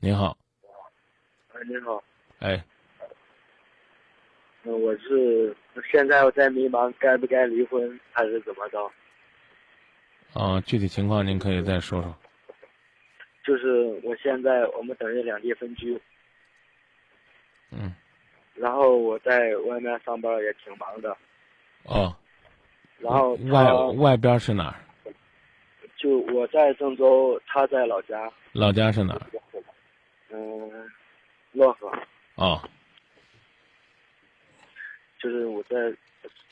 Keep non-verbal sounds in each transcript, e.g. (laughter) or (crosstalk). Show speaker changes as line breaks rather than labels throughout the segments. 您好，
哎，你好，
哎，
呃我是现在我在迷茫，该不该离婚还是怎么着？
啊，具体情况您可以再说说。
就是我现在我们等于两地分居，
嗯，
然后我在外面上班也挺忙的，
哦，
然后
外
他
外边是哪儿？
就我在郑州，他在老家，
老家是哪儿？
嗯、漯河，
哦，
就是我在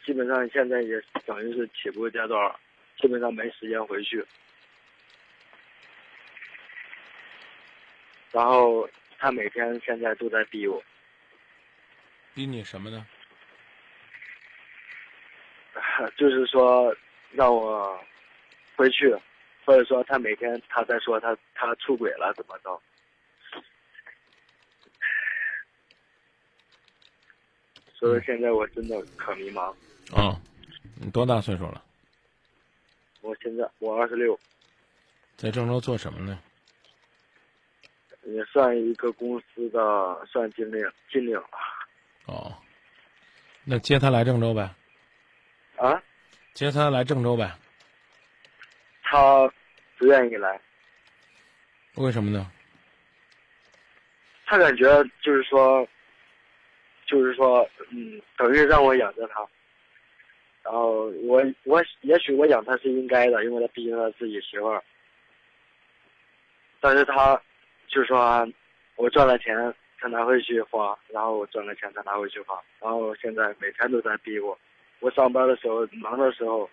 基本上现在也等于是起步阶段儿，基本上没时间回去。然后他每天现在都在逼我，
逼你什么呢？
呃就是说让我回去，或者说他每天他在说他他出轨了怎么着，所以现在我真的可迷茫。
哦，你多大岁数了？
我现在我二十六，
在郑州做什么呢？
也算一个公司的算经理经理吧。
哦，那接他来郑州呗，
啊，
接他来郑州呗。
他不愿意来，
为什么呢？
他感觉就是说，就是说，嗯，等于让我养着他。然后我我也许我养他是应该的，因为他毕竟他自己媳妇儿。但是他就是说，我赚了钱他拿回去花，然后我赚了钱他拿回去花，然后现在每天都在逼我。我上班的时候忙的时候，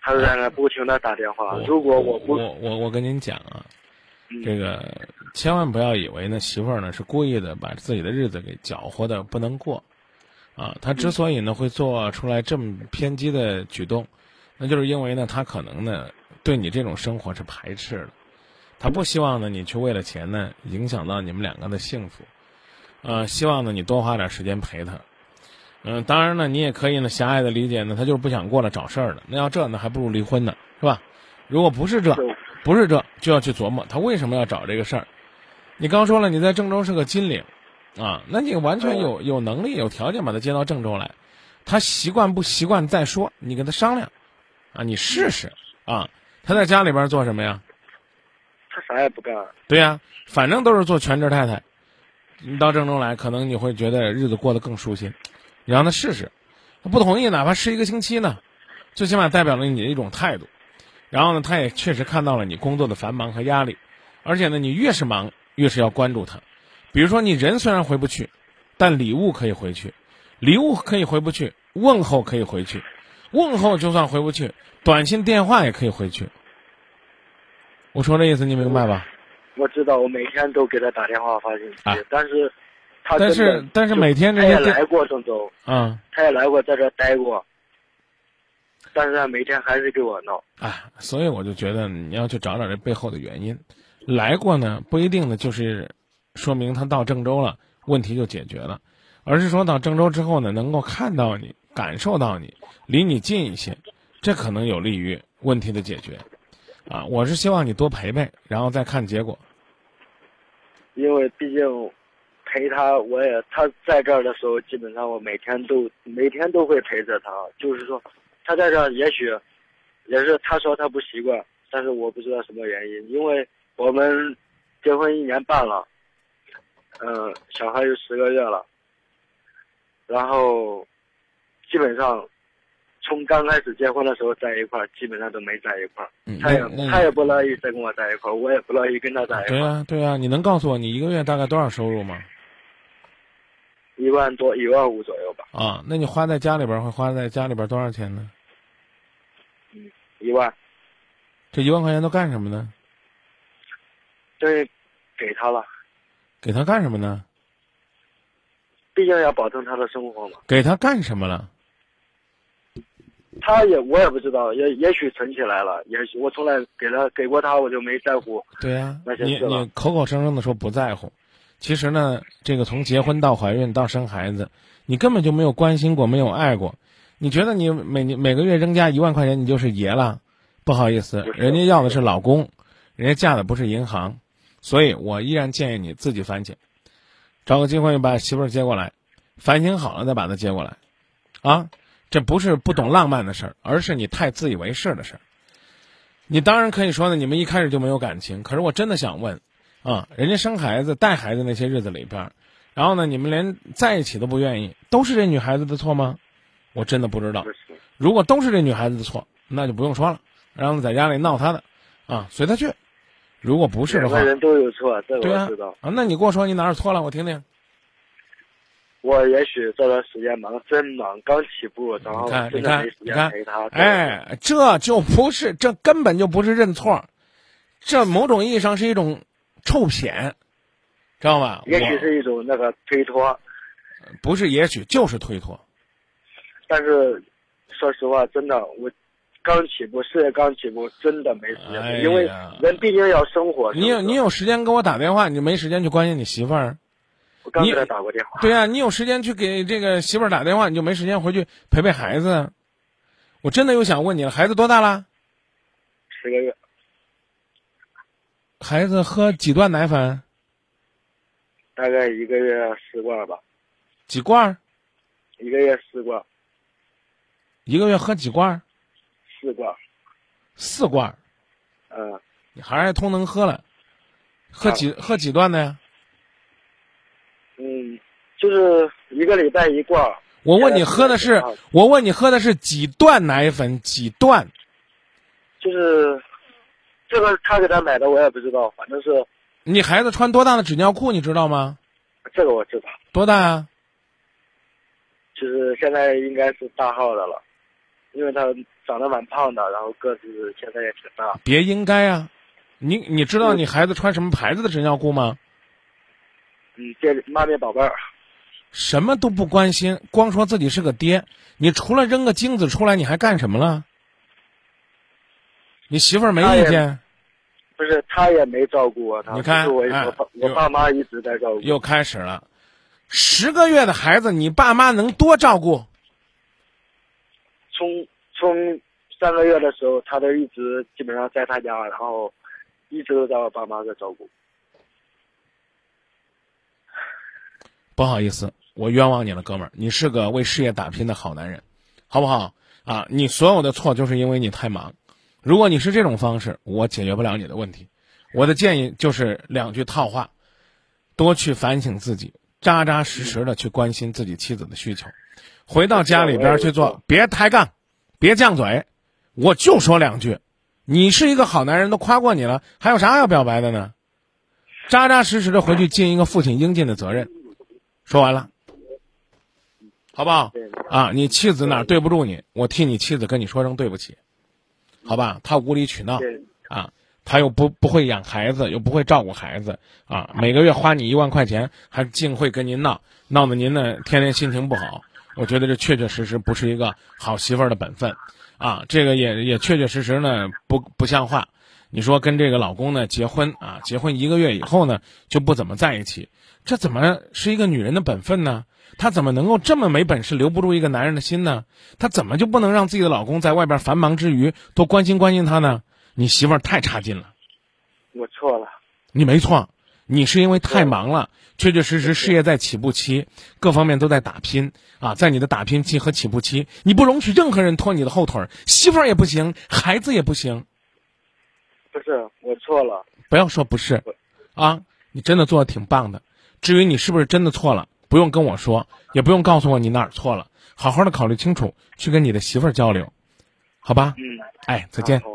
他就在那不停的打电话。啊
哦
如果
我
不
我我我跟您讲啊，
嗯
这个千万不要以为呢媳妇儿呢是故意的把自己的日子给搅和的不能过，啊，她之所以呢会做出来这么偏激的举动，那就是因为呢她可能呢对你这种生活是排斥的，她不希望呢你去为了钱呢影响到你们两个的幸福，呃，希望呢你多花点时间陪她。嗯，当然呢，你也可以呢，狭隘的理解呢，她就是不想过来找事儿了。那要这呢，还不如离婚呢，是吧？如果不是这，
就
不是这就要去琢磨他为什么要找这个事儿。你刚说了你在郑州是个金领，啊，那你完全有有能力有条件把他接到郑州来，他习惯不习惯再说，你跟他商量，啊，你试试啊。他在家里边做什么呀？
他啥也不干，
对呀、反正都是做全职太太，你到郑州来，可能你会觉得日子过得更舒心。你让他试试，他不同意，哪怕试一个星期呢，最起码代表了你的一种态度。然后呢，他也确实看到了你工作的繁忙和压力，而且呢，你越是忙，越是要关注他。比如说，你人虽然回不去，但礼物可以回去，礼物可以回不去，问候可以回去，问候就算回不去，短信电话也可以回去。我说这意思，你明白吧？
我知道，我每天都给他打电话发信息，
啊
但是他
但是
根本
但是
啊就
每天这
他
些
也
电
来过郑州，
啊、
他也来过在这儿待过，但是他每天还是给我闹。
啊，所以我就觉得你要去找找这背后的原因。来过呢，不一定呢，就是说明他到郑州了，问题就解决了，而是说到郑州之后呢，能够看到你，感受到你，离你近一些，这可能有利于问题的解决。啊，我是希望你多陪陪，然后再看结果。
因为毕竟陪他，我也他在这儿的时候，基本上我每天都每天都会陪着他。就是说，他在这儿也许也是他说他不习惯，但是我不知道什么原因，因为我们结婚一年半了，嗯、小孩有十个月了，然后基本上从刚开始结婚的时候在一块儿，基本上都没在一块儿。
嗯，
他也
那
他也不乐意再跟我在一块儿，我也不乐意跟他在一块
对
儿。
啊，对啊，你能告诉我你一个月大概多少收入吗？
一万多，一万五左右吧，
啊，那你花在家里边儿会花在家里边儿多少钱呢？
一万，
这一万块钱都干什么呢？
这给他了，
给他干什么呢？
毕竟要保证他的生活嘛。
给他干什么了？
他也我也不知道，也也许存起来了，也许我从来给他给过他，我就没在乎。
对呀、
那就
你
是了
你口口声声的说不在乎，其实呢，这个从结婚到怀孕到生孩子，你根本就没有关心过，没有爱过。你觉得你每年每个月扔家一万块钱，你就是爷了？不好意思
不，是
人家要的是老公，人家嫁的不是银行，所以我依然建议你自己反省，找个机会把媳妇儿接过来，反省好了再把她接过来，啊，这不是不懂浪漫的事儿，而是你太自以为是的事儿。你当然可以说呢，你们一开始就没有感情，可是我真的想问，啊，人家生孩子带孩子那些日子里边儿，然后呢，你们连在一起都不愿意，都是这女孩子的错吗？我真的不知道
不。是，
如果都是这女孩子的错，那就不用说了，让她在家里闹她的，啊，随她去。如果不是的
两
话
个，人都有错，这
对
我
啊
知道。，
啊，那你跟我说你哪儿错了，我听听。
我也许这段时间忙，真忙，刚起步，然后
你看
真
你看
的没时
你
间
看
陪他。
哎，这就不是，这根本就不是认错，这某种意义上是一种臭谝，知道吧？
对，也许
我
是一种那个推脱，
不是，也许就是推脱。
但是说实话，真的我。刚起步，事业刚起步，真的没时间，
哎呀
因为人毕竟要生活。
你有
是不是
你，有时间给我打电话，你就没时间去关心你媳妇
(laughs)
儿。
我刚
你
给他打过电话。
对呀、你有时间去给这个媳妇儿打电话，你就没时间回去陪陪孩子啊。我真的又想问你了，孩子多大了？
十个月，
孩子喝几段奶粉？
大概一个月四罐吧，
几罐儿？
一个月四罐，
一个月喝几罐儿？
四罐，
四罐儿。
嗯，
你还是通能喝了，喝几、喝几段的呀？
嗯，就是一个礼拜一罐儿。
我问你喝的是
现在是，
我问你喝的是几段奶粉？几段？
就是这个他给他买的，我也不知道，反正是
你孩子穿多大的纸尿裤，你知道吗？
这个我知道，
多大啊？
就是现在应该是大号的了，因为他长得蛮胖的，然后个子现在也挺大，
别应该啊！你你知道
我
你孩子穿什么牌子的纸尿裤吗？
嗯，这妈咪宝贝儿，
什么都不关心，光说自己是个爹，你除了扔个精子出来，你还干什么了？你媳妇儿没
那
意
也
见，
不是他也没照顾我，他
你看
就是我
哎
我爸
又
我爸妈一直在照顾，
又开始了。十个月的孩子，你爸妈能多照顾？
从从三个月的时候，他都一直基本上在他家，然后一直都在我爸妈在照顾。
不好意思，我冤枉你了，哥们儿，你是个为事业打拼的好男人，好不好？啊，你所有的错就是因为你太忙。如果你是这种方式，我解决不了你的问题。我的建议就是两句套话：多去反省自己，扎扎实实的去关心自己妻子的需求。回到家里边去做，别抬杠，别犟嘴，我就说两句。你是一个好男人，都夸过你了，还有啥要表白的呢？扎扎实实的回去尽一个父亲应尽的责任。说完了，好不好？
对，
啊，你妻子哪儿对不住你，我替你妻子跟你说声对不起，好吧？她无理取闹
对，
啊，她又不不会养孩子，又不会照顾孩子啊，每个月花你一万块钱，还竟会跟您闹，闹得您呢天天心情不好。我觉得这确确实实不是一个好媳妇儿的本分，啊，这个也也确确实实呢不不像话。你说跟这个老公呢结婚啊，结婚一个月以后呢就不怎么在一起，这怎么是一个女人的本分呢？她怎么能够这么没本事，留不住一个男人的心呢？她怎么就不能让自己的老公在外边繁忙之余多关心关心她呢？你媳妇儿太差劲了。
我错了，
你没错，你是因为太忙了，确确实实事业在起步期，各方面都在打拼啊，在你的打拼期和起步期，你不容许任何人拖你的后腿儿，媳妇儿也不行，孩子也不行。
不是我错了，
不要说不是，啊，你真的做的挺棒的。至于你是不是真的错了，不用跟我说，也不用告诉我你哪儿错了，好好的考虑清楚，去跟你的媳妇儿交流，好吧？
嗯，
哎，再见
好。